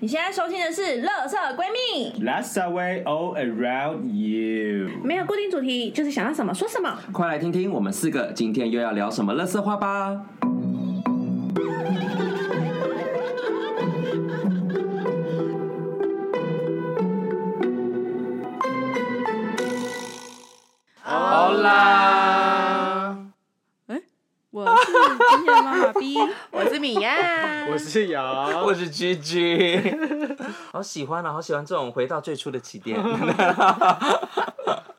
你现在收听的是《乐色闺蜜》， That's the way all around you。没有固定主题，就是想要什么说什么。快来听听我们四个今天又要聊什么乐色话吧！好啦，我是今天的妈妈 B，我是米娅，我是瑶，我是 G G，好 喜欢啊，好喜欢这种回到最初的起 点。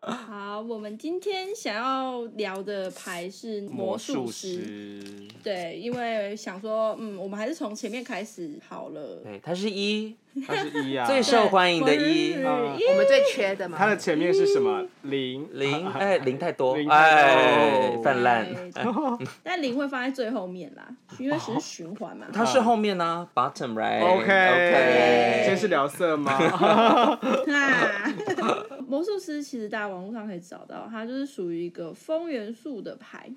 好，我们今天想要聊的牌是魔术师。师。对，因为想说，嗯，我们还是从前面开始好了。对，他是一他是一啊，最受欢迎的一对啊我们最缺的嘛它。的前面是什么？零啊零，哎，零太多，零太哎多，泛滥。对但零会放在最后面啦，因为只是循环嘛。它是后面呢，bottom right。嗯 OK， OK，先是聊色 吗？啊， 魔术师其实大家网络上可以找到，它就是属于一个风元素的牌，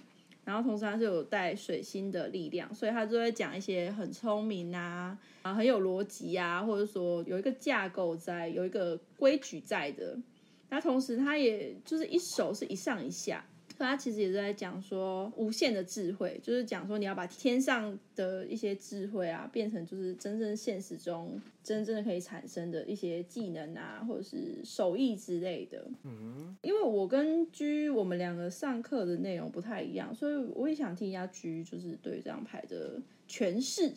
然后同时它是有带水星的力量，所以它就会讲一些很聪明啊，啊很有逻辑啊，或者说有一个架构在，有一个规矩在的。那同时它也就是一手是一上一下。所以它其实也是在讲说无限的智慧，就是讲说你要把天上的一些智慧啊，变成就是真正现实中真正的可以产生的一些技能啊，或者是手艺之类的。嗯，因为我跟居我们两个上课的内容不太一样，所以我也想听一下居就是对于这张牌的诠释。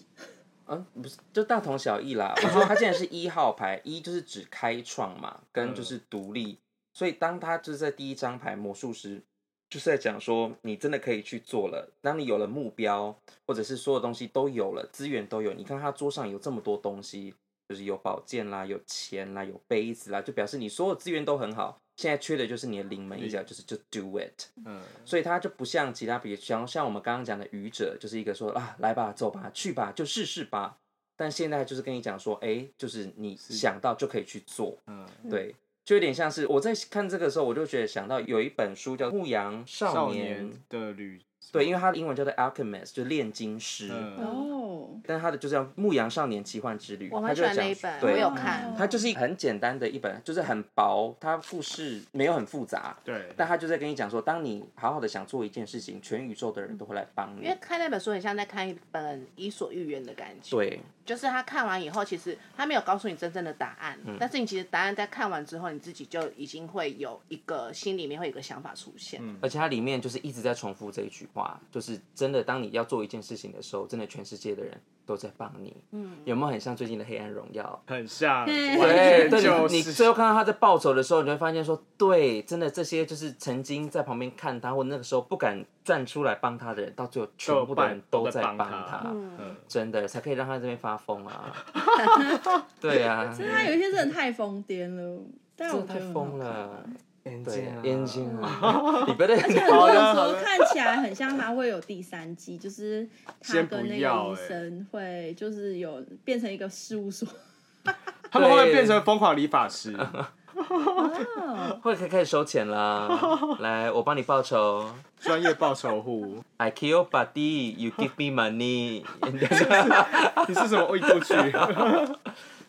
嗯，不是，就大同小异啦。我觉得它既然是一号牌，一就是指开创嘛，跟就是独立，所以当它就是在第一张牌魔术师，就是在讲说你真的可以去做了。当你有了目标，或者是所有东西都有了，资源都有，你看他桌上有这么多东西，就是有宝剑啦，有钱啦，有杯子啦，就表示你所有资源都很好。现在缺的就是你的临门一脚，就是就 do it。嗯，所以他就不像其他，比如像像我们刚刚讲的愚者，就是一个说啊，来吧，走吧，去吧，就试试吧。但现在就是跟你讲说，哎、就是你想到就可以去做，嗯对，就有点像是我在看这个时候，我就觉得想到有一本书叫《牧羊少少年》，年的旅，对，因为它的英文叫做 Alchemist，就是炼金师。嗯哦，但它的就是叫《牧羊少年奇幻之旅》，我它很就喜在欢那讲一本，我对，嗯有看。它就是一很简单的一本，就是很薄，它故事没有很复杂，对，但他就在跟你讲说，当你好好的想做一件事情，全宇宙的人都会来帮因为你。看那本书很像在看一本《伊索寓言》的感觉，对，就是他看完以后，其实他没有告诉你真正的答案，嗯但是你其实答案在看完之后，你自己就已经会有一个心里面会有一个想法出现。而且它里面就是一直在重复这一句话，就是真的，当你要做一件事情的时候，真的全世界的人都在帮你。嗯，有没有很像最近的《黑暗荣耀》？很像，对对，完全对就你你是最后看到他在报仇的时候，你就会发现说，对，真的这些就是曾经在旁边看他，或那个时候不敢站出来帮他的人，到最后全部的人都都帮在帮都在帮他他，嗯真的才可以让他这边发疯啊！对啊，但它有一些真的太疯癫了，但我这觉太得很好疯了，眼对睛，，眼。睛啊，你不要再很多人好说的看起来很像他会有第三季，就是他先不跟那要个医生会就是有变成一个事务所。他们会不会变成疯狂理发 师？欸哦会可以开始收钱啦。来，我帮你报仇。专业报仇户？ I kill body, you give me money 你是什么未过去？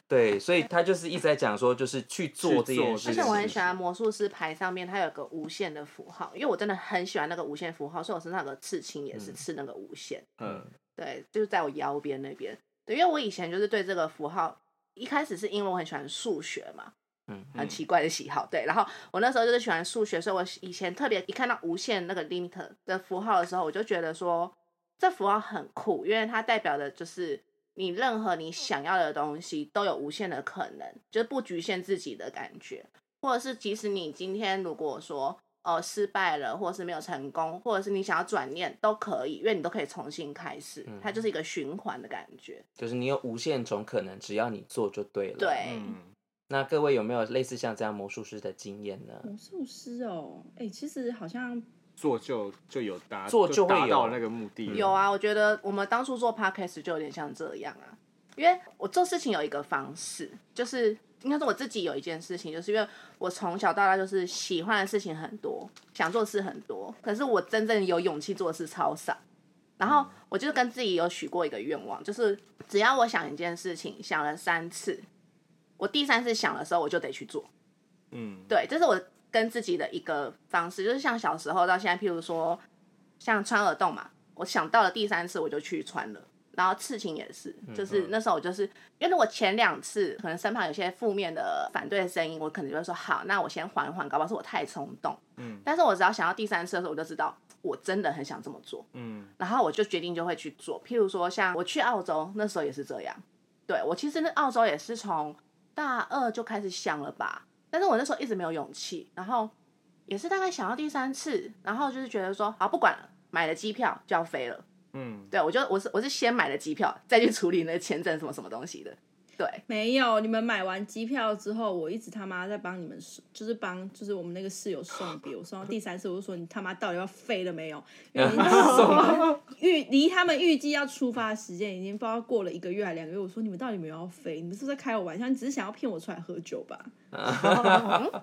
对，所以他就是一直在讲说，就是去做这件事而情。且我很喜欢魔术师牌上面它有个无限的符号，因为我真的很喜欢那个无限符号，所以我身上有个刺青也是刺那个无限，嗯，对，就是在我腰边那边。对，因为我以前就是对这个符号，一开始是因为我很喜欢数学嘛，嗯，很奇怪的喜好，对。然后我那时候就是喜欢数学，所以我以前特别一看到无限那个 limit 的符号的时候，我就觉得说这符号很酷，因为它代表的就是你任何你想要的东西都有无限的可能，就是不局限自己的感觉，或者是即使你今天如果说呃失败了，或者是没有成功，或者是你想要转念都可以，因为你都可以重新开始，嗯它就是一个循环的感觉，就是你有无限种可能，只要你做就对了。对。嗯那各位有没有类似像这样魔术师的经验呢？魔术师哦，哎、其实好像做就就有达，做就会有达到那个目的。有啊，我觉得我们当初做 podcast 就有点像这样啊，因为我做事情有一个方式，就是应该说我自己有一件事情，就是因为我从小到大就是喜欢的事情很多，想做的事很多，可是我真正有勇气做的事超少。然后我就是跟自己有许过一个愿望，就是只要我想一件事情，想了三次，我第三次想的时候我就得去做。嗯，对，这是我跟自己的一个方式，就是像小时候到现在，譬如说像穿耳洞嘛，我想到了第三次我就去穿了。然后刺青也是，嗯就是那时候我就是，因为我前两次可能身旁有些负面的反对声音，我可能就会说好，那我先缓缓，搞不好是我太冲动。嗯但是我只要想到第三次的时候，我就知道我真的很想这么做。嗯然后我就决定就会去做。譬如说，像我去澳洲那时候也是这样，对我其实那澳洲也是从大二就开始想了吧，但是我那时候一直没有勇气，然后也是大概想到第三次，然后就是觉得说，好不管了，买了机票就要飞了。嗯，对我就我是我是先买了机票，再去处理那签证什么什么东西的。对，没有，你们买完机票之后，我一直他妈在帮你们送，就是帮就是我们那个室友送别，我送到第三次，我就说你他妈到底要飞了没有？因为已 经 预离他们预计要出发的时间已经不知道过了一个月还两个月，我说你们到底有没有要飞？你们是不是在开我玩笑？你只是想要骗我出来喝酒吧？嗯，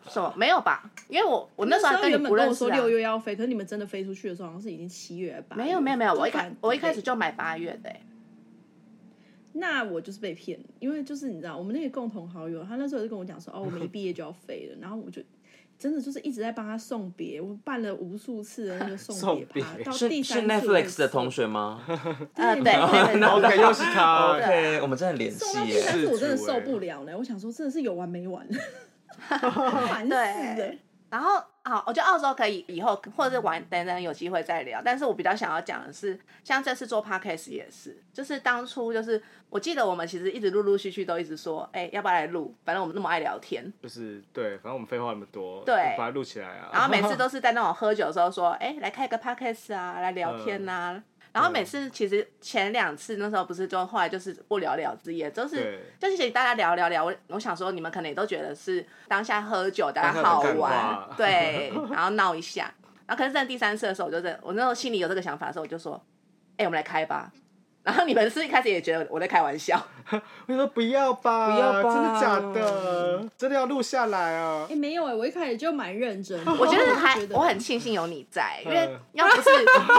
什么没有吧？因为我我那时时候还候跟你原本不跟认我识、说啊。六月要飞，可是你们真的飞出去的时候好像是已经七月吧？没有没有没有，我一开我一开始就。就买八月的、欸那我就是被骗，因为就是你知道，我们那个共同好友，他那时候就跟我讲说，哦，我们一毕业就要飞了，然后我就真的就是一直在帮他送别，我办了无数次的那个送别趴 送，别到第是是三次我也 Netflix 的同 学吗呃，对， 对对对 OK，又是他，对 ？OK，我们真的联送到系第三 耶。次我真的是主欸受不了了，我想说真的是有完没 完， 烦死了对。然后好，我觉得澳洲可以以后或者是玩等等有机会再聊。但是我比较想要讲的是，像这次做 podcast 也是，就是当初就是我记得我们其实一直陆陆续续都一直说，哎、要不要来录？反正我们那么爱聊天，就是对，反正我们废话那么多，对就把它录起来啊。然后每 次都是在那种喝酒的时候说，哎、来开个 podcast 啊，来聊天呐、然后每次其实前两次那时候不是就后来就是不了了之，也就是对就是其实大家聊聊聊，我我想说你们可能也都觉得是当下喝酒大当下家的好干玩话， 对，然后闹一下。然后可是在第三次的时候，我就在我那时候心里有这个想法的时候，我就说，哎、我们来开吧。 然后你们是不是一开始也觉得我在开玩笑， 我就说不要吧，不要吧真的假的？真的要录下来啊哎、？没有哎、我一开始就蛮认真的，我觉得就还得我很庆幸有你在，因嗯为要不是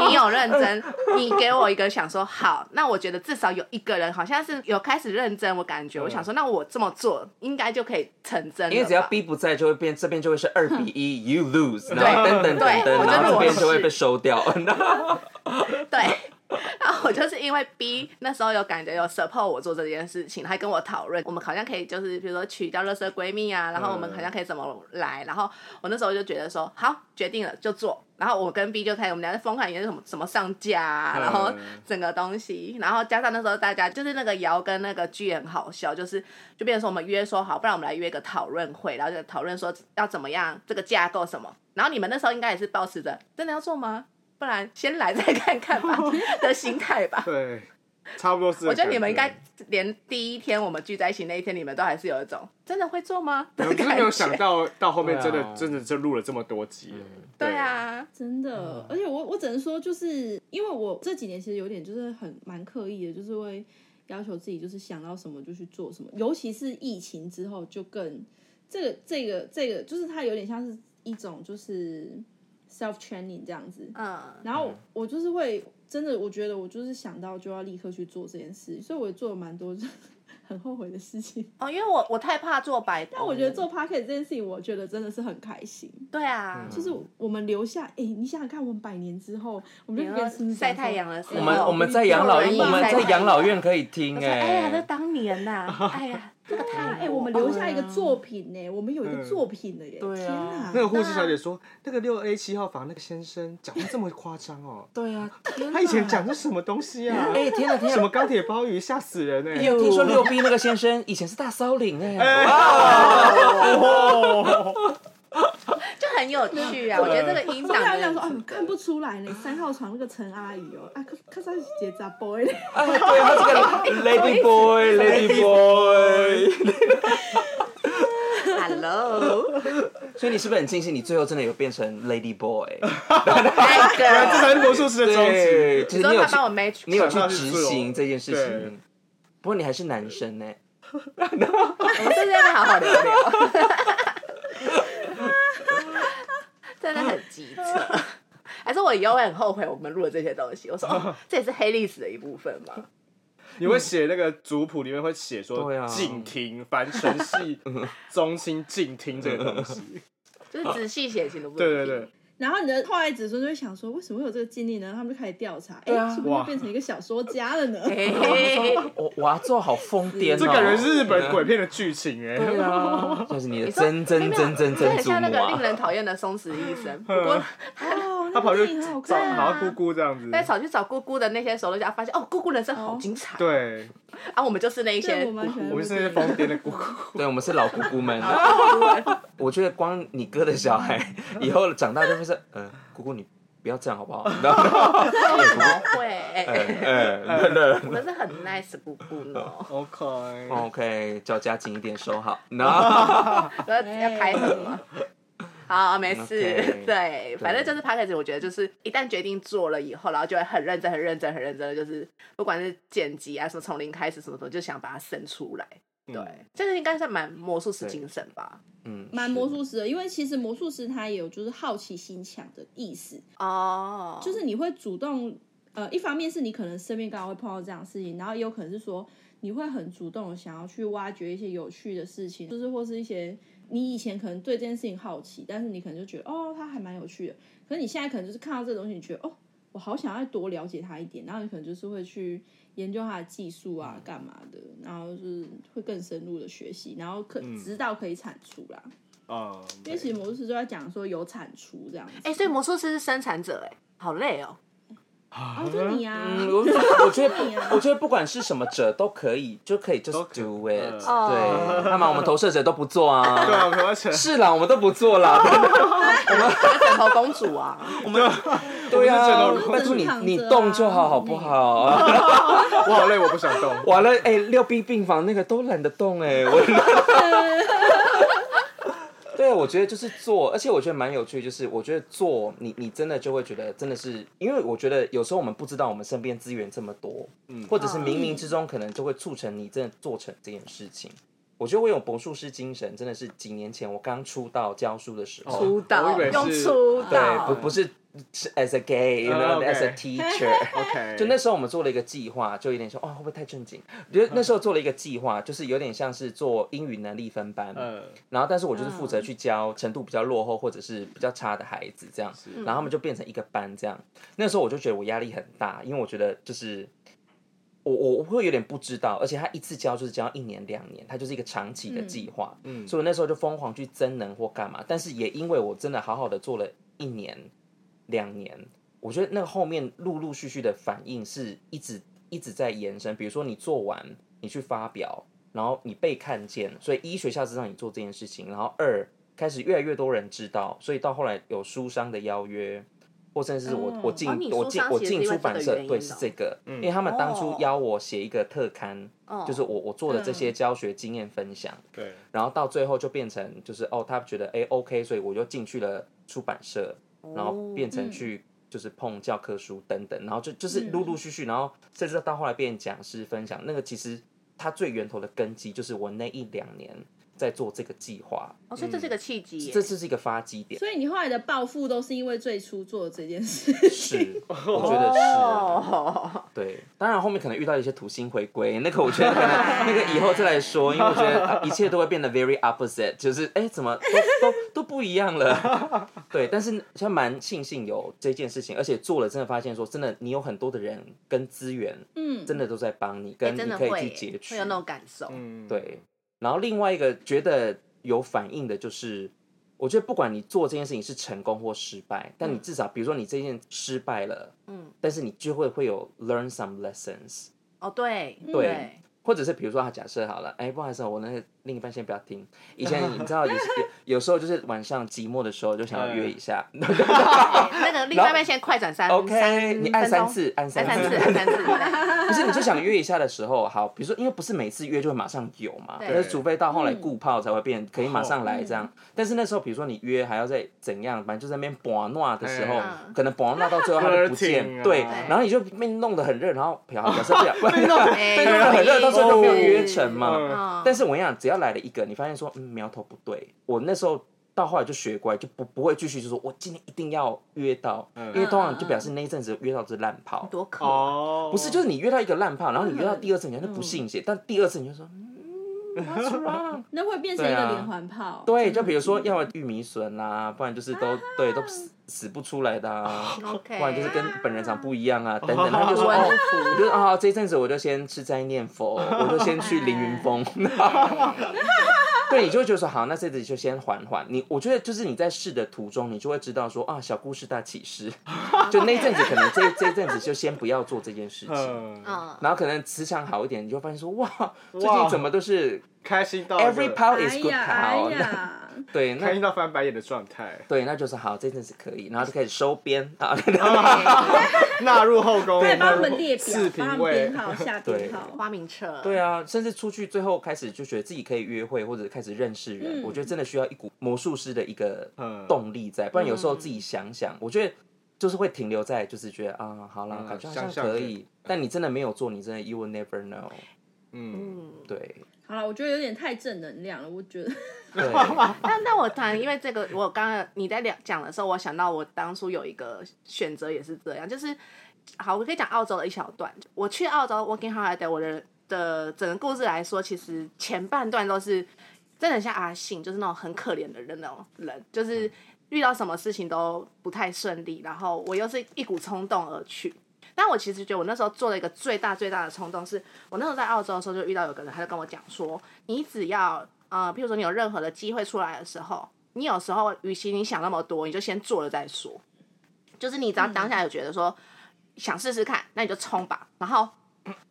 你有认真，你给我一个想说好，那我觉得至少有一个人好像是有开始认真，我感觉、嗯我想说，那我这么做应该就可以成真了吧因为只要 B 不在，就会变这边就会是二比一，You lose，然后对等等等对我等，觉得然后这我边就会是被收掉。 对。然后我就是因为 B 那时候有感觉有 support 我做这件事情，还跟我讨论，我们好像可以就是比如说取掉垃圾闺蜜啊，然后我们嗯好像可以怎么来，然后我那时候就觉得说好决定了就做，然后我跟 B 就开始我们俩在疯狂研究什么什么上架、啊，嗯然后整个东西，然后加上那时候大家就是那个瑶跟那个剧很好笑，就是就变成说我们约说好，不然我们来约个讨论会，然后就讨论说要怎么样这个架构什么，然后你们那时候应该也是抱持着真的要做吗？不然先来再看看 吧的心态吧。对，差不多是。我觉得你们应该连第一天我们聚在一起那一天，你们都还是有一种真的会做吗？我的们就是感没有觉。想到到后面真对的啊嗯真的就录了这么多集。对，啊，真的，而且我我只能说，就是因为我这几年其实有点就是很蛮刻意的，就是会要求自己就是想到什么就去做什么，尤其是疫情之后就更这个这个这个，就是它有点像是一种就是 self training 这样子，嗯，然后我就是会真的，我觉得我就是想到就要立刻去做这件事，所以我也做了蛮多 很后悔的事情。哦，因为我我太怕做白工了，但我觉得做 p o c k e t 这件事情，我觉得真的是很开心。对啊，就是我们留下，哎、你想想看，我们百年之后，我们就跟孙子晒太阳的时候我们我们在养养老，老院，院我们在养老院可以我听说哎呀，哎那。当年呐、哎呀，这个太 哦哎、我们留下一个作品呢、我们有一个嗯作品了耶！对天啊那个哪，护士小姐说，那个六 A 七号房那个先生讲话这么夸张哦， 对啊，他以前讲的什么东西啊？哎，天哪天什哪么！钢铁鲍鱼，吓死人哎！ 听说六 B 那个先生以前是大骚灵哎，就很有趣啊！我觉得这个音我档想真想的说，是啊，看不出来呢，三号床那个陈阿姨哦、啊，看看上去结扎 boy 嘞，哎，对啊，这个 Lady Boy，Lady Boy。 Hello，所以你是不是很庆幸你最后真的有变成 Lady Boy？那这个，才是魔术师的终极。对，就你是哎你有说他去帮我 match，你有去执行这件事对情。不过你还是男生哎呢，我们是不是要好好聊聊？ 真的很机车，还是我我以后会很后悔我们录了这些东西。我说， 哦，这也是黑历史的一部分嘛。你会写那个族谱里面会写对啊说静听，凡城系中心静听这个东西。就是仔细写，其实都不能对对听对， 然后你的后来子孙就会想说，为什么会有这个经历呢？他们就开始调查，哎、对啊是不是哇变成一个小说家了呢？嘿嘿我我要做好疯癫哦，这感觉是日本鬼片的剧情哎、对啊，就是你的你说真真真真这真祖很像那母个令啊，人讨厌的松子医 生。不过哦，他跑那个去电影好找看、找啊，姑姑这样子。在找去找姑姑的那些手头家，发现哦，姑姑人生好精彩。，对，啊，我们就是那一些对，我姑蛮喜姑欢我们是那这些部电疯影癫的姑姑。对，我们是老姑姑们。人。 我觉得光你哥的小孩以后长大就会说，嗯、姑姑你不要这样好不好？ 哎你知道吗？会，嗯嗯，我们是很 nice 的姑姑呢， OK，嗯哦 OK，脚夹紧一点收好。 那要要开什么？好，没事哎 OK， 对，反正就是 p a c k a g e 我觉得就是一旦决定做了以后，然后就会很认真、很认真、很认真的，就是不管是剪辑啊，什么从零开始什么什么，就想把它生出来。对，这个应该算蛮魔术师精神吧？嗯，蛮是魔术师的，啊因为其实魔术师他也有就是好奇心强的意思，哦，就是你会主动，呃，一方面是你可能身边刚好会碰到这样的事情，然后也有可能是说你会很主动的想要去挖掘一些有趣的事情，就是或是一些你以前可能对这件事情好奇，但是你可能就觉得哦，它还蛮有趣的，可是你现在可能就是看到这个东西，你觉得哦，我好想要多了解它一点，然后你可能就是会去研究它的技术啊，干嘛的，然后就是会更深入的学习，然后可直到可以产出啦。嗯，因为其实魔术师就在讲说有产出这样子。哎，所以魔术师是生产者，哎，好 累哦。哦，就是你啊，嗯，我觉得我觉得呀不我觉得不管是什么者都可以，就可以 just 可以 do it。嗯对，干嘛我们投射者都不做对啊？啊，我要扯。是啦，我们都不做啦。 枕头公主啊，对啊我们是枕头，拜托你躺着啊你动就好，好不好？我好累，我不想动。完了，哎，六 B 病房那个都懒得动哎，我。对，我觉得就是做，而且我觉得蛮有趣，就是我觉得做你，你真的就会觉得真的是，因为我觉得有时候我们不知道我们身边资源这么多，嗯，或者是冥冥之中可能就会促成你真的做成这件事情。我觉得我有博术师精神，真的是几年前我刚出道教书的时候，哦出哦我道以为是用出对，道，不不是是 as a gay，you 啊 know ，OK as a teacher。 OK， 就那时候我们做了一个计划，就有点说，哦，会不会太正经？就那时候做了一个计划，就是有点像是做英语能力分班，呃，然后但是我就是负责去教程度比较落后或者是比较差的孩子这样，然后他们就变成一个班这样。那时候我就觉得我压力很大，因为我觉得就是我我我会有点不知道，而且他一次教就是教一年两年，它就是一个长期的计划，嗯，所以我那时候就疯狂去增能或干嘛，但是也因为我真的好好的做了一年两年，我觉得那个后面陆陆续续的反应是一直一直在延伸，比如说你做完，你去发表，然后你被看见，所以一学校知道你做这件事情，然后二开始越来越多人知道，所以到后来有书商的邀约，或甚至是我、哦我进、哦你我书进商我其实进是因出为版这个社原因对的是哦这个，因为他们当初邀我写一个特刊，哦嗯就是我我做的这些教学经验分享，对，然后到最后就变成就是哦，他觉得哎 OK，所以我就进去了出版社，然哦哦后变成去就是碰教科书等等，然后就就是陆陆续续，然后甚至到后来变讲师分享，那个其实它最源头的根基就是我那一两年在做这个计划，哦，所以这是个契机耶，这这是一个发基点，所以你后来的暴富都是因为最初做的这件事。是我觉得是哦，对，当然后面可能遇到一些土星回归，那个我觉得那个以后再来说，因为我觉得啊一切都会变得 very opposite，就是哎、怎么都都都不一样了。对，但是像蛮庆幸有这件事情，而且做了真的发现说，真的你有很多的人跟资源，嗯，真的都在帮你，哎跟真你的可以会去耶截会取有。那种感受，嗯，对，然后另外一个觉得有反应的就是，我觉得不管你做这件事情是成功或失败，但你至少比如说你这件失败了，嗯嗯，但是你就会会有 learn some lessons。哦，对对或者是比如说，他假设好了，哎、不好意思哦，我那个另一半先不要听。以前你知道有有有时候就是晚上寂寞的时候，就想要约一 下。哎那个另外一半先快转三 OK，你按三，次，按三三分钟次，按三次，按三次，不是你就想约一下的时候，好，比如说因为不是每次约就会马上有嘛，对但是除非到后来顾泡才会变可以马上来这样。但是那时候比如说你约还要再怎样，反正就在那边把闹的时候嗯，可能把闹到最后他就 不 Flirting 见，啊对，然后你就被弄得很热，然后表表示不了，哦被弄被弄得很热，到最后都没有约成嘛。嗯嗯但是我跟你讲，只要来了一个，你发现说、嗯、苗头不对，我那时候到后来就学乖，就不不会继续就说我今天一定要约到，嗯因为通常就表示那一阵子约到是烂炮，多可爱。哦，不是就是你约到一个烂炮，然后你约到第二次你就不信邪，但第二次你就说嗯，What's wrong？ 那会变成一对个啊连环炮。对，就比如说要么玉米笋啦，不然就是都对都死死不出来的啊。 OK，不然就是跟本人长不一样啊，等等，他就说文哦，我就啊，这一阵子我就先吃斋念佛，我就先去凌云峰， 对，你就会觉得说好，那这次就先缓缓。你我觉得就是你在试的途中，你就会知道说啊，小故事大启示， 就那一阵子可能这这一阵子就先不要做这件事情。嗯，嗯，然后可能磁场好一点，你就会发现说哇，最哇近怎么都是开心到 every 趴， pow 哎 is good 呀哎 pow，那呀， 对，开心那到翻白眼的状态，对，那就是好，这阵子可以，然后就开始收编 啊，纳入后宫，快纳帮入我们列表四，帮他们品位编，号下编号。花名册，对啊，甚至出去最后开始就觉得自己可以约会，或者开始认识人。嗯我觉得真的需要一股魔术师的一个嗯动力在，不然有时候自己想想，我觉得就是会停留在就是觉得啊，好啦，嗯感觉好想像象可着以，但你真的没有做，你真的 you will never know。嗯，嗯，对 好了，我觉得有点太正能量了，我觉得。对， 那那我突然因为这个，我刚刚你在聊讲的时候，我想到我当初有一个选择也是这样，就是好，我可以讲澳洲的一小段。我去澳洲 working holiday，我的的整个故事来说，其实前半段都是真的很像阿信，就是那种很可怜的人那种人，就是遇到什么事情都不太顺利，然后我又是一股冲动而去。但我其实觉得我那时候做了一个最大最大的冲动是，我那时候在澳洲的时候就遇到有个人，他就跟我讲说，你只要呃，譬如说你有任何的机会出来的时候，你有时候与其你想那么多，你就先做了再说。就是你只要当下有觉得说、想试试看，那你就冲吧。然后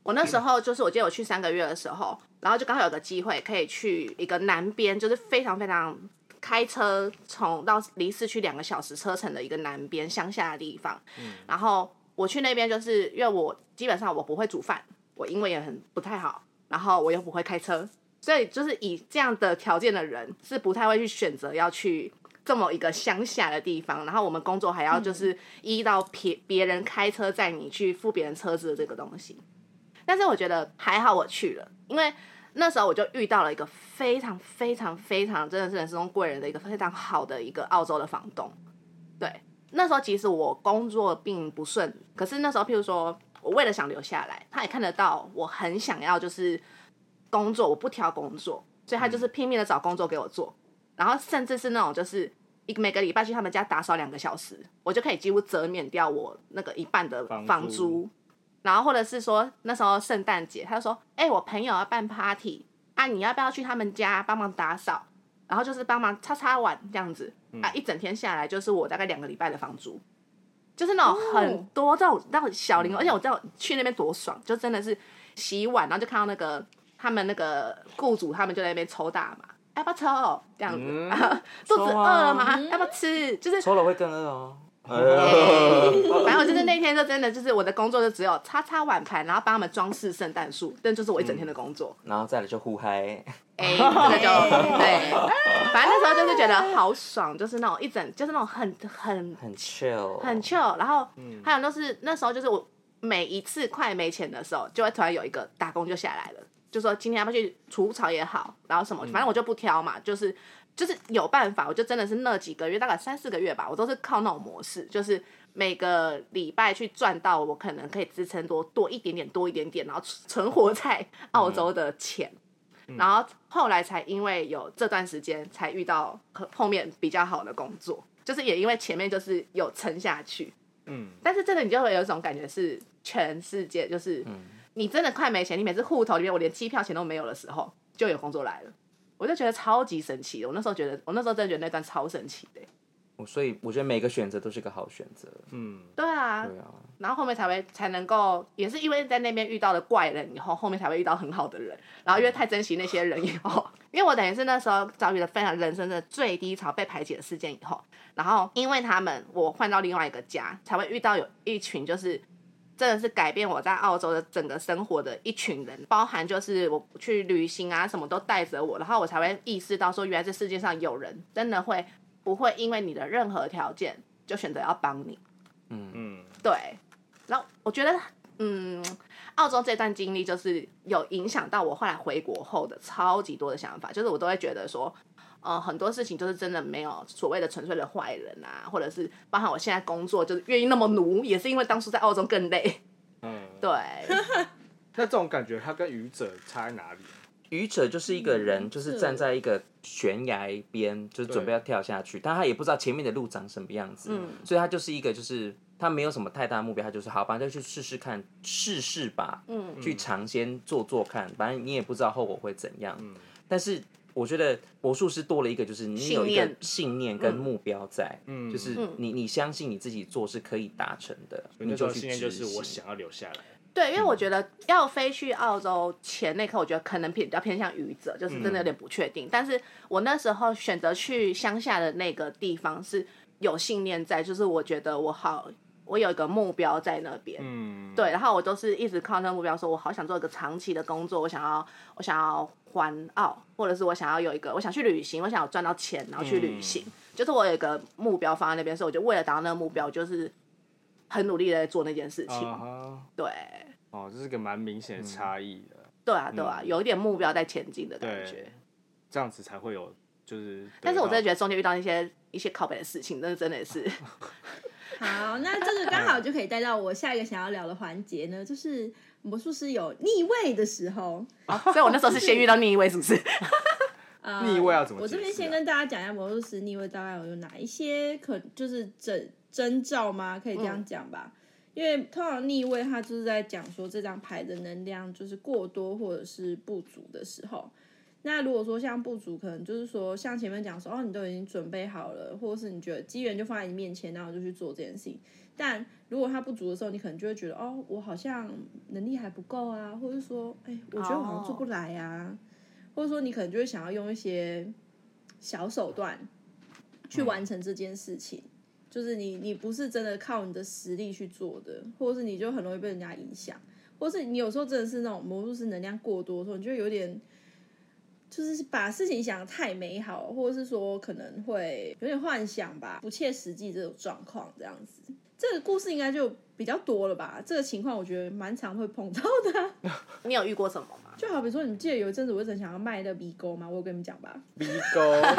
我那时候就是我记得我去三个月的时候，然后就刚好有个机会可以去一个南边，就是非常非常开车从到离市区两个小时车程的一个南边乡下的地方。然后我去那边就是因为我基本上我不会煮饭，我英文也很不太好，然后我又不会开车，所以就是以这样的条件的人是不太会去选择要去。这么一个乡下的地方，然后我们工作还要就是依到别别人开车载你去付别人车子的这个东西，但是我觉得还好我去了，因为那时候我就遇到了一个非常非常非常真的是人生中贵人的一个非常好的一个澳洲的房东。对，那时候即使我工作并不顺，可是那时候譬如说我为了想留下来，他也看得到我很想要就是工作，我不挑工作，所以他就是拼命的找工作给我做，然后甚至是那种就是。一每个礼拜去他们家打扫两个小时，我就可以几乎折免掉我那个一半的房租房租，然后或者是说那时候圣诞节，他就说：“哎、我朋友要办 party 啊，你要不要去他们家帮忙打扫？然后就是帮忙擦擦碗这样子、嗯啊，一整天下来就是我大概两个礼拜的房租，就是那种哦很多这种那种小零，而且我知道去那边多爽，就真的是洗碗，然后就看到那个他们那个雇主他们就在那边抽大麻，要不要抽这样子、 肚嗯子抽饿啊了吗？要不要吃？就是 抽了会更饿哦。哎反正我就是那天就真的就是我的工作就只有擦擦碗盘，然后帮他们装饰圣诞树，但就是我一整天的工作。 然后再来就互嗨，哎、这个就对，反正那时候就是觉得好爽，就是那种一整就是那种很很很 chill，很 chill。然后还有就是那时候就是我每一次快没钱的时候，就会突然有一个打工就下来了，就说今天要不要去除草也好，然后什么，反正我就不挑嘛，就是就是有办法，我就真的是那几个月，大概三四个月吧，我都是靠那种模式，就是。每个礼拜去赚到我可能可以支撑多多一点点，多一点点，然后存活在澳洲的钱，然后后来才因为有这段时间才遇到可后面比较好的工作，就是也因为前面就是有撑下去，嗯，但是真的你就会有一种感觉是全世界就是，你真的快没钱，你每次户头里面我连机票钱都没有的时候，就有工作来了，我就觉得超级神奇的。我那时候觉得，我那时候真的觉得那段超神奇的欸、所以我觉得每个选择都是个好选择。嗯，对啊，对啊，然后后面才会才能够，也是因为在那边遇到了怪人以后，后面才会遇到很好的人。然后因为太珍惜那些人以后， 因为我等于是那时候遭遇了非常人生的最低潮被排解的事件以后，然后因为他们我换到另外一个家，才会遇到有一群就是真的是改变我在澳洲的整个生活的一群人，包含就是我去旅行啊，什么都带着我，然后我才会意识到说，原来这世界上有人真的会不会因为你的任何条件就选择要帮你。嗯，对，然后我觉得，嗯，澳洲这段经历就是有影响到我后来回国后的超级多的想法，就是我都会觉得说，呃，很多事情就是真的没有所谓的纯粹的坏人啊，或者是包含我现在工作就是愿意那么奴，也是因为当初在澳洲更累。嗯，对，那这种感觉，它跟愚者差在哪里？愚者就是一个人，嗯就是是站在一个悬崖边，就是准备要跳下去，但他也不知道前面的路长什么样子，嗯所以他就是一个就是他没有什么太大目标，他就是好，反正就去试试看，试试吧，嗯去尝鲜做做看，反正你也不知道后果会怎样。嗯但是我觉得魔术师多了一个，就是你有一信个念信念跟目标在，嗯就是嗯你你相信你自己做是可以达成的，所以那你时就候去信念就是执行我想要留下来。对，嗯因为我觉得要飞去澳洲前那刻，我觉得可能比较偏向愚者，就是真嗯的有点不确定。但是我那时候选择去乡下的那个地方是有信念在，就是我觉得我好，我有一个目标在那边。嗯，对，然后我都是一直靠那个目标说，我好想做一个长期的工作，我想要，我想要环澳，或者是我想要有一个，我想去旅行，我想要赚到钱，然后去旅行。嗯就是我有一个目标放在那边，所以我就为了达到那个目标，我就是很努力的在做那件事情。啊哈，对，哦，这是个蛮明显的差异的，对啊，对啊，有一点目标在前进的感觉对。，这样子才会有就是。但是我真的觉得中间遇到一些一些靠北的事情，那真的是好，那这个刚好就可以带到我下一个想要聊的环节呢，就是魔术师有逆位的时候。所以我那时候是先遇到另一位，是不是？ 呃逆位要怎么我这解边释先啊跟大家讲一下魔术师逆位大概有哪一些可就是征征兆吗？可以这样讲吧。因为通常逆位，它就是在讲说这张牌的能量就是过多或者是不足的时候。那如果说像不足，可能就是说像前面讲说哦，你都已经准备好了，或者是你觉得机缘就放在你面前，然后就去做这件事情。但如果它不足的时候，你可能就会觉得哦，我好像能力还不够啊，或者说哎，我觉得我好像做不来啊或者说你可能就会想要用一些小手段去完成这件事情，就是你你不是真的靠你的实力去做的，或者是你就很容易被人家影响，或是你有时候真的是那种魔术师能量过多的时候，你就有点。就是把事情想得太美好，或者是说可能会有点幻想吧，不切实际这种状况，这样子。这个故事应该就比较多了吧？这个情况我觉得蛮常会碰到的 啊、你有遇过什么吗？就好比说，你记得有一阵子我一直想要卖那 V 勾嘛，我有跟你们讲吧？鼻沟， 一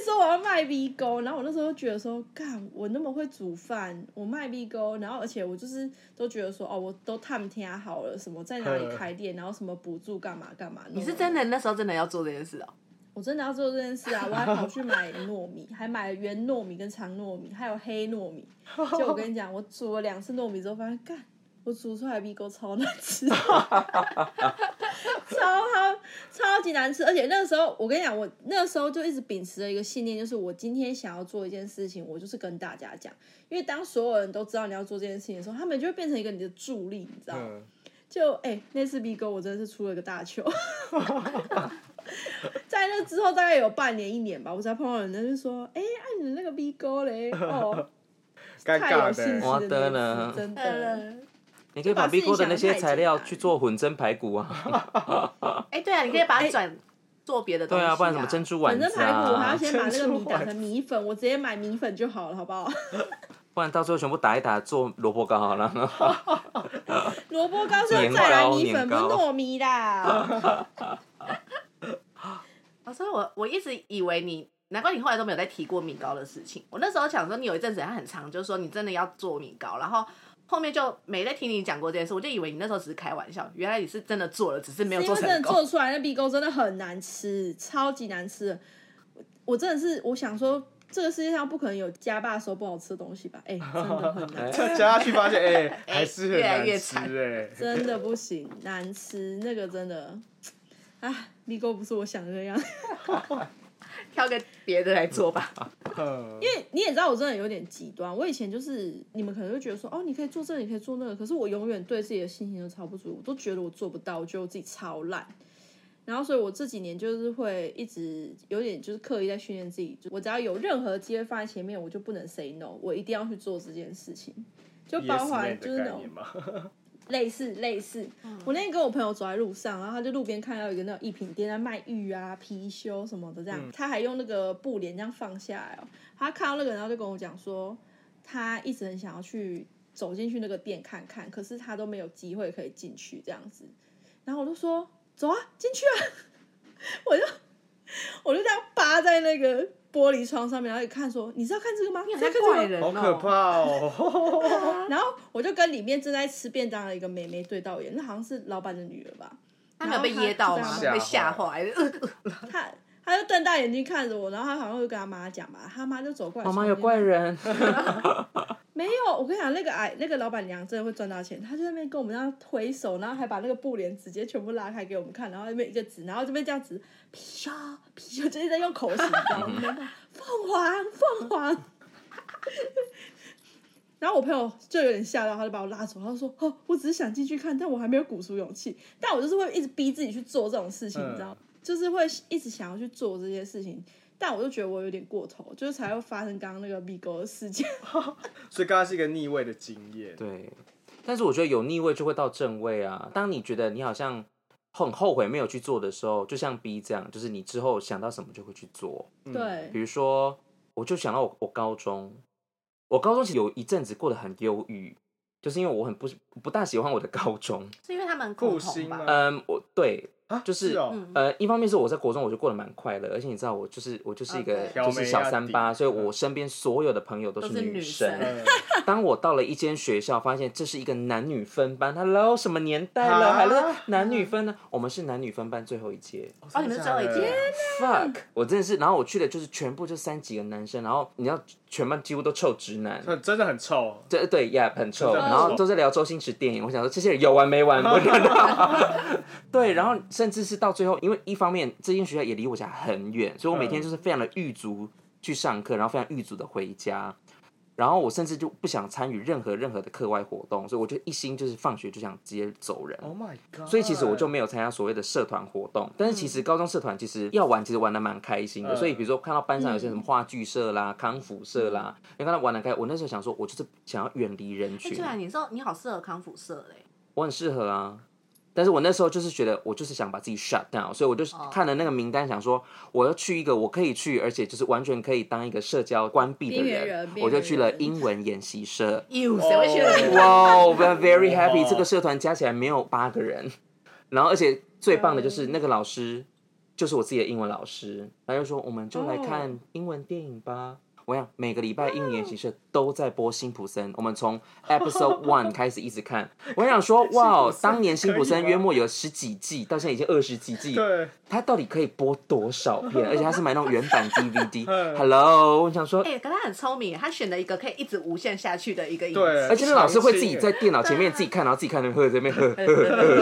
直说我要卖 V 勾，然后我那时候觉得说，干我那么会煮饭，我卖 V 勾，然后而且我就是都觉得说，哦，我都探听好了，什么在哪里开店，然后什么补助干嘛干嘛。你是真的那时候真的要做这件事哦、我真的要做这件事啊！我还跑去买糯米，还买了圆糯米跟长糯米，还有黑糯米。就我跟你讲，我煮了两次糯米之后，发现干，我煮出来米糕超难吃， 超超超级难吃。而且那个时候，我跟你讲，我那个时候就一直秉持着一个信念，就是我今天想要做一件事情，我就是跟大家讲。因为当所有人都知道你要做这件事情的时候，他们就会变成一个你的助力，你知道吗？嗯，就哎、那次 B 哥我真的是出了个大糗。 在那之后大概有半年一年吧，我才碰到人家就说：“哎、啊你的那个 B 哥嘞， 哦，尴太有尬兴的，致哇的得那了次，真的。嗯你可以把把事 B 情锅的那些想得太材料简单去做混蒸排骨 啊， 哎、对啊，你可以把它转、做别的东对西、啊，不然什么珍珠反丸正子排骨我还要啊，先把那个米打成米粉，我直接买米粉就好了，好不好？ 不然到最后全部打一打做萝卜糕好了。萝卜糕是要再来米粉，年不是糕啊糯米啦。哦，所以我我一直以为你，难怪你后来都没有再提过米糕的事情。我那时候想说，你有一阵子还很长，就是说你真的要做米糕，然后后面就没再听你讲过这件事，我就以为你那时候只是开玩笑，原来你是真的做了，只是没有因做为成真的功。做出来那 B 勾真的很难吃，超级难吃的。我我真的是我想说，这个世界上不可能有家爸说不好吃的东西吧？哎、真的很 难吃。加下去发现，哎，还是很越来难越吃惨哎。真的不行，难吃，那个真的，啊，米糕不是我想的那样。 挑个别的来做吧。嗯因为你也知道，我真的有点极端。我以前就是你们可能会觉得说，哦，你可以做这个，你可以做那个，可是我永远对自己的心情都超不足，我都觉得我做不到，我觉得我自己超烂。然后，所以我这几年就是会一直有点就是刻意在训练自己，就我只要有任何机会放在前面，我就不能 say no，我一定要去做这件事情，就包 Yes 含 man 就是那的概种念嘛，类似类似。嗯我那天跟我朋友走在路上，然后他就路边看到一个那种一品店在卖玉啊、貔貅什么的，这样、他还用那个布帘这样放下来哦。他看到那个人，然后就跟我讲说，他一直很想要去走进去那个店看看，可是他都没有机会可以进 去这样子。然后我就说走啊，进去啊！我就在那个玻璃窗上面，然后一看说：“你是要看这个吗？你你好要像看怪这个吗人、好可！哦，怕哦！然后我就跟里面正在吃便当的一个妹妹对到眼，那好像是老板的女儿吧？他没有被噎到然吗？后她被吓坏了。 她她就瞪大眼睛看着我，然后她好像就跟她妈讲吧，她妈就走过来，妈妈有怪。人， 没有，我跟你讲，那个矮那个老板娘真的会赚到钱，她就在那边跟我们这样挥手，然后还把那个布帘直接全部拉开给我们看，然后那边一个指，然后这边这样子，貔貅貔貅，就是在用口型，你知道吗？凤凰凤凰。然后我朋友就有点吓到，他就把我拉走，他就说：“哦，我只是想进去看，但我还没有鼓足勇气。但我就是会一直逼自己去做这种事情，你知道吗？就是会一直想要去做这些事情，但我就觉得我有点过头，就是才会发生刚刚那个米狗的事件。”所以刚刚是一个逆位的经验，对，但是我觉得有逆位就会到正位啊。当你觉得你好像很后悔没有去做的时候，就像 B 这样，就是你之后想到什么就会去做。对比，如说，我就想到我我高中，我高中其实有一阵子过得很忧郁，就是因为我很不不大喜欢我的高中。是因为他们很固恐心同吧？吗？嗯，我对啊，就是哦，嗯，呃，一方面是我在国中我就过得蛮快乐，而且你知道我就是我就是一个啊对就是小三挑眉八，啊所以我身边所有的朋友都都是女女生生。嗯当我到了一间学校，发现这是一个男女分班，Hello，什么年代了，啊还是男女分呢？我们是男女分班最后一届。哦，你们是最后一真的假的，届 Fuck，我真的是，然后我去的就是全部就三几个男生，然后你知道全班几乎都臭直男。很嗯真的很臭，对对，Yeah，很臭，真的很然臭后都在聊周星驰电影，我想说这些人有完没完，我真的。 对，然后甚至是到最后，因为一方面这间学校也离我家很远，所以我嗯每天就是非常的狱足去上课，然后非常狱足的回家，然后我甚至就不想参与任何任何的课外活动，所以我就一心就是放学就想直接走人。 Oh my god！所以其实我就嗯没有参加所谓的社团活动，但是其实高中社团其实要玩，其实玩的蛮开心的。嗯所以比如说看到班上有嗯些什么话剧社啦、康复社啦，你看到玩的开，我那时候想说，我就是想要远离人哎，群对，啊，你说你好适合康复社嘞，我很适合啊。但是我那时候就是觉得，我就是想把自己 shut down，所以我就哦看了那个名单，想说我要去一个我可以去，而且就是完全可以当一个社交关闭的边缘人人，我就去了边缘英文研习社。哦哟，谁会去？哇，we're very happy！哇这个社团加起来没有八个人，然后而且最棒的就是那个老师，就是我自己的英文老师，他就说我们就来看英文电影吧。我想每个礼拜英文研习社都在播辛普森，我们从 episode one 开始一直看。我想说，哇，当年辛普森可以吗约莫有十几季，到现在已经二十几季，对，他到底可以播多少片？而且他是买那种原版 DVD 嗯。 Hello，我想说，哎，可他很聪明，他选了一个可以一直无限下去的一个影对子。而且那老师会自己长期在电脑前面自己看，然后自己看，然后在那边喝喝喝喝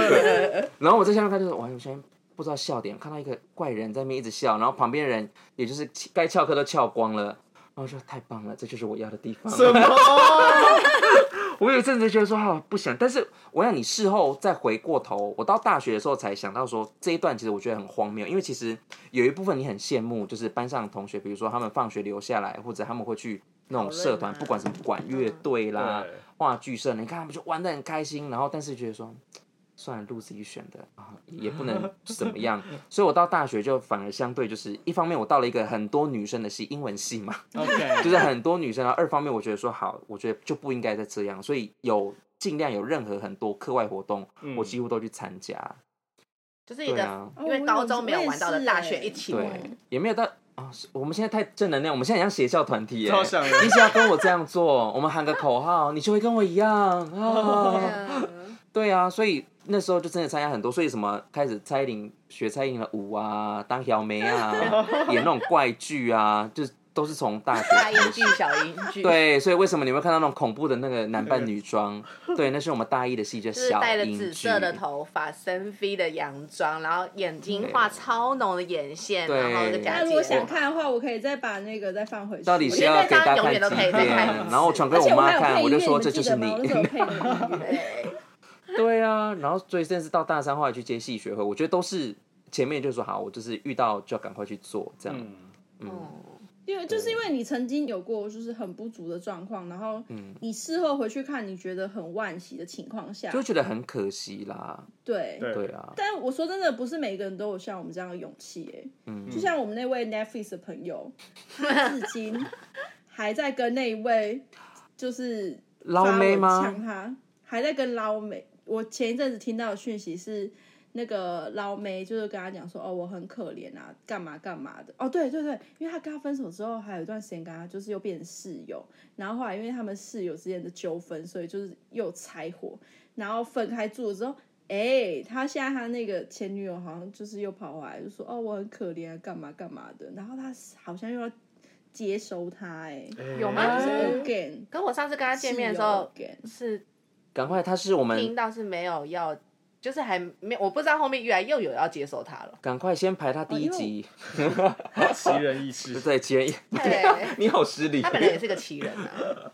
喝。然后我在下面看，就是哇，我现在不知道笑点，看到一个怪人在那边一直笑，然后旁边人也就是该翘课都翘光了。然后我说太棒了，这就是我要的地方。什么？我有一阵子觉得说啊不想，但是我想你事后再回过头，我到大学的时候才想到说这一段其实我觉得很荒谬，因为其实有一部分你很羡慕，就是班上的同学，比如说他们放学留下来，或者他们会去那种社团，讨论啊不管什么管乐队 啦对、话剧社，你看他们就玩的很开心，然后但是觉得说。算了，路自己选的啊，也不能怎 么样，所以我到大学就反而相对就是，一方面我到了一个很多女生的系，英文系嘛， OK，就是很多女生啊。二方面，我觉得说好，我觉得就不应该再这样，所以有尽量有任何很多课外活动，嗯我几乎都去参加。 就是一对个、啊因为高中没有玩到的大学一起玩，对，也没有到啊、是我们现在太正能量，我们现在很像邪教团体耶。超想的你只要跟我这样做，我们喊个口号，你就会跟我一样 啊。嗯对啊，所以那时候就真的参加很多，所以什么开始蔡依林学蔡依林的舞啊，当小梅啊，演那种怪剧啊，就是都是从大学大啊开英始剧、。小英 剧，，对，啊所以为什么你会看到那种恐怖的那个男扮女装？对，那是我们大一的戏，叫就是小戴了英紫剧色的头发，深 V 的洋装，然后眼睛画超浓的眼线，对然后那个假那睫如毛果想看的话，我可以再把那个再放回去。到底我是觉得要给大家我看觉得几大家永远都可以再遍看一？次然后我传给而我且我妈还有看，配我乐就说你们这记就是得吗我。你那 时候有配那 个音乐对啊，然后所以甚至到大三后来去接戏学会，我觉得都是前面就说好，我就是遇到就要赶快去做这样。嗯嗯因为就是因为你曾经有过就是很不足的状况，然后嗯你事后回去看，你觉得很惋惜的情况下就，会觉得很可惜啦，对。对对啊，但我说真的，不是每个人都有像我们这样的勇气哎、嗯就像我们那位 Netflix 的朋友，他至 今还在跟那一位就是捞妹发文吗？呛他还在跟捞妹。我前一阵子听到的讯息是，那个老梅就是跟他讲说，哦，我很可怜啊，干嘛干嘛的。哦，对对对，因为他跟他分手之后，还有一段时间跟他就是又变成室友，然后后来因为他们室友之间的纠纷，所以就是又拆伙，然后分开住了之后。哎、他现在他那个前女友好像就是又跑回来，就说哦我很可怜啊，干嘛干嘛的，然后他好像又要接收他、哎、有吗就是哎 again，跟我上次跟他见面的时室友候 again，是赶快，他是我听们。到是没有要，就是还没我不知道后面越来又有要接受他了赶快先排他第一集，。奇人异事对，奇人异，对， 你好失礼他，本来也是个奇人啊，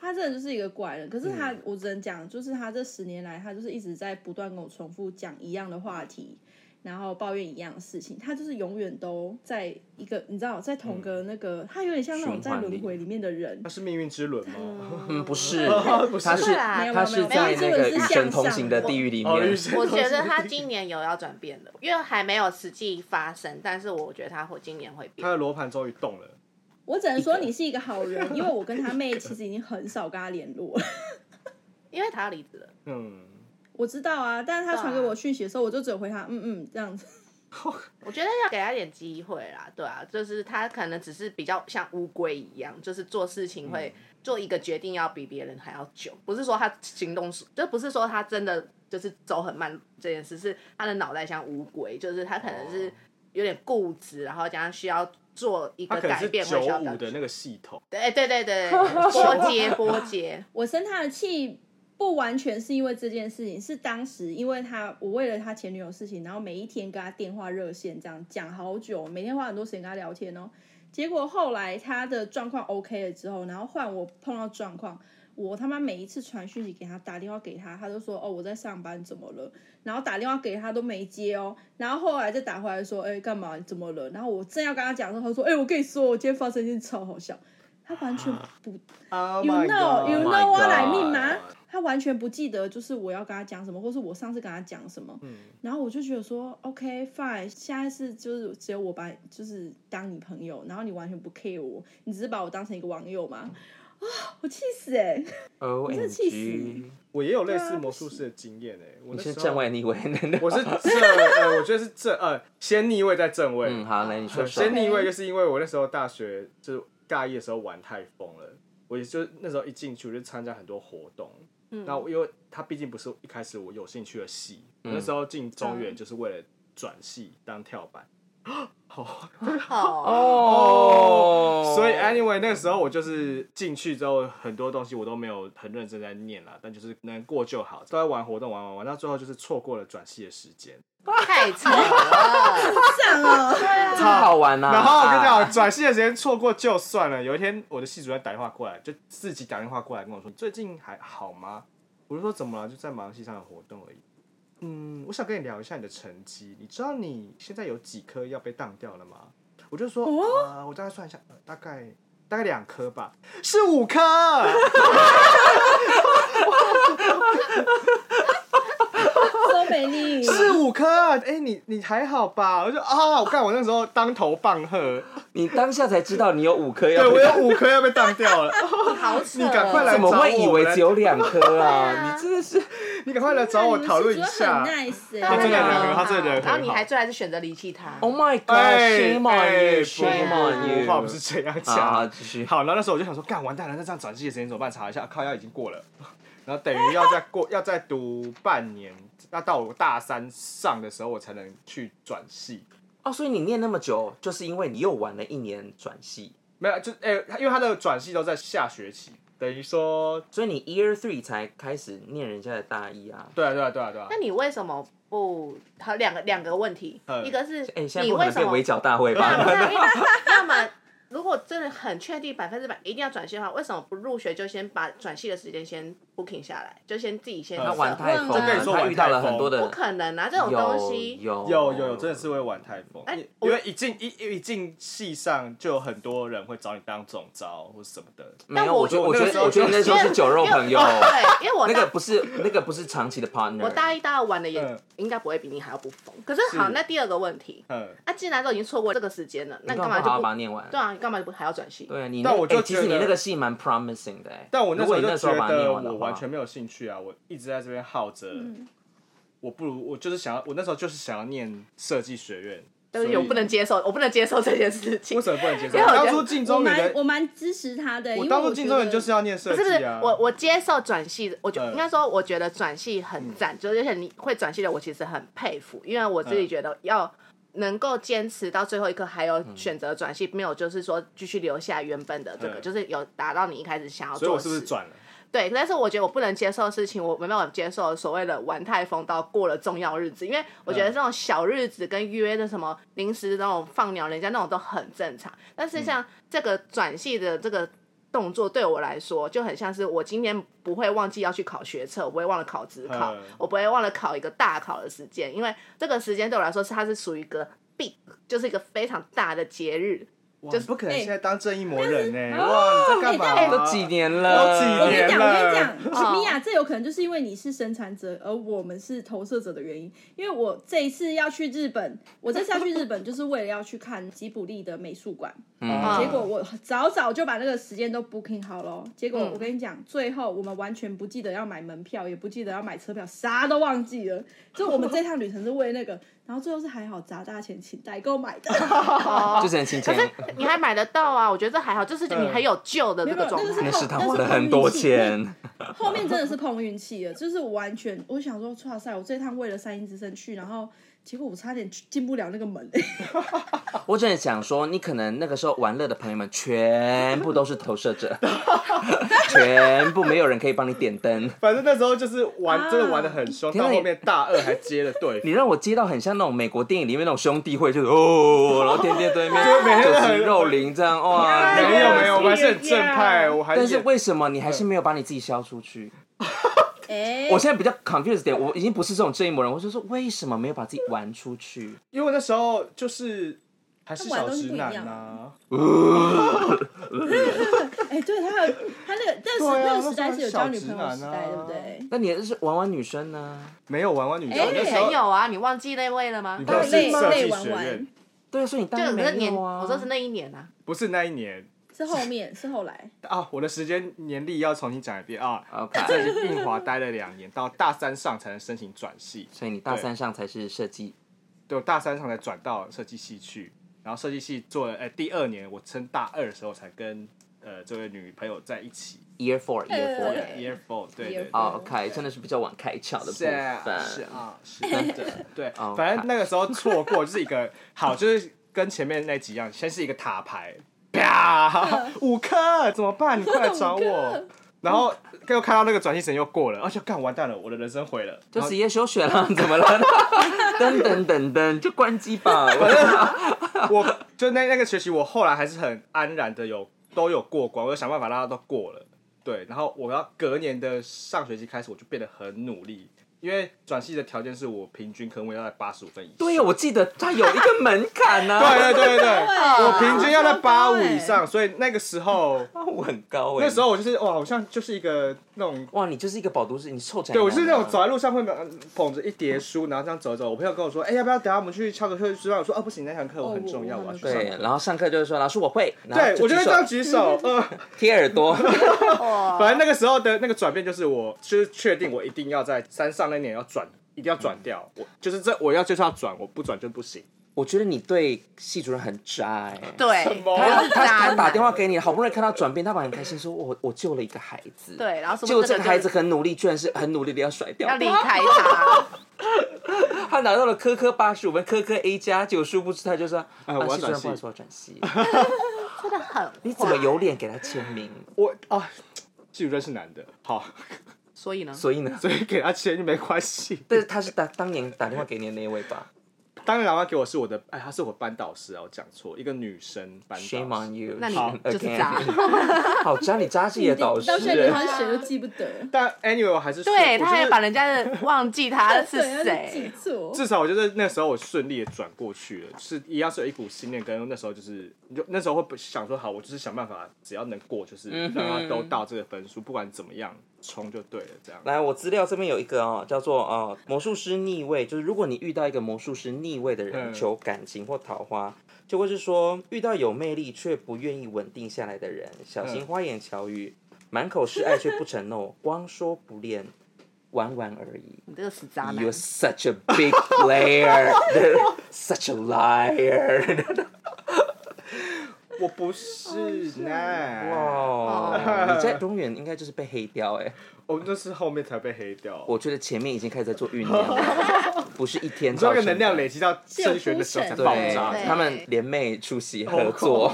他真的就是一个怪人，可是他，嗯我只能讲，就是他这十年来，他就是一直在不断跟我重复讲一样的话题，然后抱怨一样的事情，他就是永远都在一个，你知道，在同个那个，他有点像那种嗯循在环轮里回里面的人那，是命运之轮吗？嗯，不是，哦不是他是啊没有他是没有没在有那个哎这个与是神同行的地狱里哦，面遇，见我觉得他今年有要转变的，因为还没有实际发生，但是我觉得他会今年会他变。的罗盘终于动了。我只能说你是一个好人，因为我跟他妹其实已经很少跟他联络了。因为他要离职了，嗯，我知道啊，但是他传给我讯息的时候，我就只有回他嗯嗯这样子。我觉得要给他一点机会啦，对啊，就是他可能只是比较像乌龟一样，就是做事情会嗯做一个决定要比别人还要久，不是说他行动速，就不是说他真的就是走很慢这件事，是他的脑袋像乌龟，就是他可能是哦有点固执，然后加上需要做一他个可能改是变九会需要比较五久的那个系统。对对 对对，对波接波接，我生他的气不完全是因为这件事情，是当时因为他，我为了他前女友的事情，然后每一天跟他电话热线这样讲好久，每天花很多时间跟他聊天哦。结果后来他的状况 OK 了之后，然后换我碰到状况，我他妈每一次传讯息给他，打电话给他，他都说哦我在上班，怎么了？然后打电话给他都没接哦，然后后来再打回来说，哎干嘛？怎么了？然后我正要跟他讲的时候，他说，哎我跟你说，我今天发生一件超好笑，他完全不 Oh You my know, god Oh you my know Oh what I mean God 吗？他完全不记得，就是我要跟他讲什么，或是我上次跟他讲什么。嗯然后我就觉得说，OK fine，现在是就是只有我把就是当你朋友，然后你完全不 care 我，你只是把我当成一个网友嘛。啊、我气死哎、 ，O 真 M 的气 G，死我也有类对似啊魔术师的经验诶。我你那是时候站外，逆位， 我是正，呃我觉得是正，呃，先逆位再正位。嗯，好，来你说呃说先，逆位就是因为我那时候大学就是大一的时候玩太疯了，我也就那时候一进去我就参加很多活动，嗯那我因为它毕竟不是一开始我有兴趣的戏，嗯那时候进中原就是为了转系当跳板，好，哦，哦所以 anyway 那个时候我就是进去之后很多东西我都没有很认真在念啦，但就是能过就好，都在玩活动玩玩玩，到最后就是错过了转系的时间。太扯了，上啊 哦，超好玩呐，然后我跟你啊讲，转系的时间错过就算了。有一天，我的系主任打电话过来，就自己打电话过来跟我说：“你最近还好吗？”我就说：“怎么了？就在忙系上的活动而已。”嗯，我想跟你聊一下你的成绩。你知道你现在有几科要被当掉了吗？我就说：“啊、我大概算一下，呃大概大概两科吧，是五科。”说 美丽，是五科啊！哎、你你还好吧？我就啊，我看我那时候当头棒 喝，你当下才知道你有五颗要对被，我有五科要被当掉了。好扯，你赶快来怎么会以为只有两颗对啊？啊你真的是你赶快来找我讨论一下。你们是不是很 nice 他哎、真的很人好很好他真的人很好然后你还最后还是选择离弃他， ，Oh my 哎 God，Shame on 哎 you，Shame 不 on 不 you，话不是这样讲。啊，继续。好，然后那时候我就想说，干完蛋了，那这样转系的时间怎么办？查一下，啊靠，要已经过了， 然后等于要再过， 要再读半年，要到我大三上的时候，我才能去转系。哦，所以你念那么久，就是因为你又玩了一年转系，没有，就哎、因为他的转系都在下学期，等于说，所以你 Year Three 才开始念人家的大一啊。对啊，对啊，对啊，对啊哎那。你为什么不？好，两个两个问题，嗯一个是哎、现在你不可为能什变么围？剿大会对啊吧？ 对啊 因为要么如果真的很确定百分之百一定要转系的话，为什么不入学就先把转系的时间先 booking 下来，就先自己先嗯他设玩太疯我跟了，你说他玩遇到太了疯很多的不可能啊，这种东西有有有有，真的是会玩太疯哎，因为一进一一进系上就有很多人会找你当总招或什么的，没有。但我我觉得我我那个时觉得候我觉得那时候是酒肉朋友因，为哦对，因为我那大个不是那个不是长期的 partner。我大一、大二玩的也嗯应该不会比你还要不疯。可是好，是那第二个问题，嗯。那既然都已经错过这个时间了，那你你干嘛干嘛不好好把它就念完？不对啊？你干嘛不还要转系？对啊，你但那我就哎其实觉你得那个戏蛮 promising 的哎、但我那如时果候你就那时候觉把它念得完的我话完全没有兴趣啊，我一直在这边耗着，嗯我不如我就是想要，我那时候就是想要念设计学院，但是所我以不能接受，我不能接受这件事情为。什么不能接受？因为我觉当得初进我中女蛮的，我蛮支持他的，因我为当初觉进中得女就是要念设不是不计是啊。，我我接受转系，我觉嗯应该说，我觉得转系很赞，就是而且你会转系的，我其实很佩服，因为我自己嗯觉得要能够坚持到最后一刻，还有选择转系，没有就是说继续留下原本的这个，嗯就是有达到你一开始想要所以做我的是不是事。转了？对，但是我觉得我不能接受的事情，我没办法接受所谓的玩太疯到过了重要日子，因为我觉得这种小日子跟约的什么临时那种放鸟人家那种都很正常，但是像这个转系的这个动作对我来说，就很像是我今天不会忘记要去考学测，我不会忘了考职考嗯，我不会忘了考一个大考的时间，因为这个时间对我来说是它是属于一个必，就是一个非常大的节日，哇就你不可能哎现在当正义魔人呢！哦哇，你在干哎嘛？都几年都了，几我跟年你讲，我跟你哦讲，米娅，这有可能就是因为你是生产者，而我们是投射者的原因。因为我这一次要去日本，我这次要去日本就是为了要去看吉卜力的美术馆。嗯哦结果我早早就把那个时间都 booking 好了，结果嗯我跟你讲，最后我们完全不记得要买门票，也不记得要买车票，啥都忘记了。就我们这趟旅程是为了那个，然后最后是还好砸大钱请代购买的，就是很亲切可。哦是你还买得到啊，我觉得这还好，就是你还有救的没这有个那状个态是。那食后堂那花是了碰很多运气钱，后面真的是碰运气了，就是完全我想说，哇塞，我这趟为了三鹰之声去，然后结果我差点进不了那个门。哎我真的想说，你可能那个时候玩乐的朋友们全部都是投 射者，全部没有人可以帮你点灯。反正那时候就是玩，啊真的玩的很凶，天到哪后面大二还接了队服你，让我接到很像那种美国电影里面那种兄弟会，就是哦，然后天天对面就是每天酒都池很肉林这样哇。 没有没有，我还是很对正派，呀我还但是演为什么你还是没有把你自己消出去？哎、我现在比较 confused 点，我已经不是这种正义魔人，我就说为什么没有把自己玩出去？因为那时候就是还是小直男啊他玩的东西不一呐、哎、对他还有他那个那时、对啊那个时代是有交女朋友那的时时候很小直男啊代，对不对？那你是玩玩女生呢？没有玩玩女生，哎我那你时朋候友啊，你忘记那位了吗？女就朋友是累设累计玩学玩院，对啊，所以你当然可是没年，有啊。我说是那一年啊，不是那一年是后面是后来，啊，我的时间年历要重新讲一遍啊。 OK， 在运华待了两年，到大三上才能申请转系，所以你大三上才是设计，对，我大三上才转到设计系去，然后设计系做了，哎、第二年我升大二的时候才跟呃这位女朋友在一起 year four year 对 four。呃，year four，对对对 Year four 哦 OK，真的是比较晚开窍的部是啊分。是啊，是 的，对，哦反正那个时候错过就是一个好， 就是跟前面那几样，先是一个塔牌，啪， 五颗怎么办？你快来找五我颗。然后又看到那个转系神又过了，而且干完蛋了，我的人生毁了。就然后职业休学了，怎么了？噔噔噔噔，就关机吧。 我就那那个学期，我后来还是很安然的有都有过关，我有想办法让它都过了。对，然后我要隔年的上学期开始，我就变得很努力，因为转系的条件是我平均科目要在八十五分以上。对呀，我记得它有一个门槛呢、啊。对对对对，我平均要在超八高五欸以上，所以那个时候，我很高哎、那时候我就是哇，好像就是一个那种，哇，你就是一个饱读生，你臭宅男啊。对我就是那种走在路上会呃捧着一叠书，然后这样走一走。我朋友跟我说，哎，要不要等下我们去翘个课吃饭？我说，哦，不行，那堂课我很重要，哦我哦我要去上对，课。然后上课就是说老师我会，然后对，我就会举手这样举手，呃，贴耳朵。反正那个时候的那个转变就是我，就是确定我一定要在山上那年要转，一定要转掉，我就是这我要就是要转，我不转就不行。我觉得你对系主任很渣哎、对，么我他是他渣他男打电话给你，好不容易看到转变，他很开心说：“我我救了一个孩子。”，对，然后什么结果这个就孩子很努力，居然是很努力的要甩掉要离他。开他，他拿到了科科八十五分，科科 A 加，结果殊不知他就说：“啊，哎我要系主转任系不好意思，我要转系。真的很坏” 你怎么有脸给他签名？我啊，记主任是男的，好，所以呢？所以呢， 所以给他签就没关系。但是他是打当年打电话给你的那一位吧当然，他给我是我的，哎，她是我班导师啊，我讲错，一个女生班导师。 ？Shame on you！那你好就是渣， 好渣，你渣是你的导师到现在连欸。他谁都记不得，但 anyway，我还是顺对，我他就是还把人家的忘记他是对，他是记谁，错。至少嗯我就是那时候我顺利的转过去了，是一样是有一股信念，跟那时候就是你就那时候会不想说好，我就是想办法，只要能过，就是嗯让哼他都到这个分数，不管怎么样冲就对了，这样。来，我资料这边有一个哦，叫做呃魔术师逆位，就是如果你遇到一个魔术师逆位的人，嗯求感情或桃花，就会是说遇到有魅力却不愿意稳定下来的人，小心嗯 花言巧语，满口是爱却不承诺，光说不练。玩玩而已。你这个死渣男 You're，such a big player, such a liar. 我不是嗯呢，哇， 哇，你在中原应该就是被黑掉哎、我那是后面才被黑掉。我觉得前面已经开始在做酝酿了， 不是一天你知道造那个成能量的累积到升学的时候才爆对炸，对他们联袂出席合作，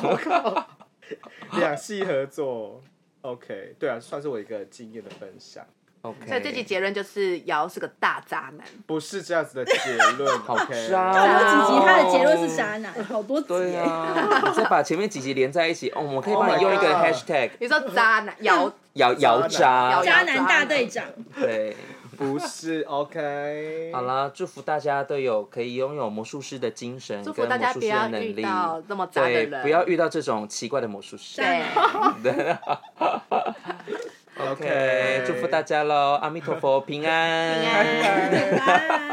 两系合作。OK，对啊，算是我一个经验的分享， OK，所以这集结论就是瑶是个大渣 男。不是这样子的结论。好 OK，渣讲了几集，他的结论哦是啥？渣男，好多集对耶。 啊，你再把前面几集连在一起，哦，我们可以帮 Oh my 你用一个 God hashtag 你说渣男瑶，摇摇渣摇，渣男大队长， 对。不是 OK。好，啦，祝福大家都有可以拥有魔术师的精神祝跟福大魔家术不师的要能遇力，到这么渣的对，人，不要遇到这种奇怪的魔术师。 对， OK，祝福大家喽，阿弥陀佛，平安。平安啊拜拜。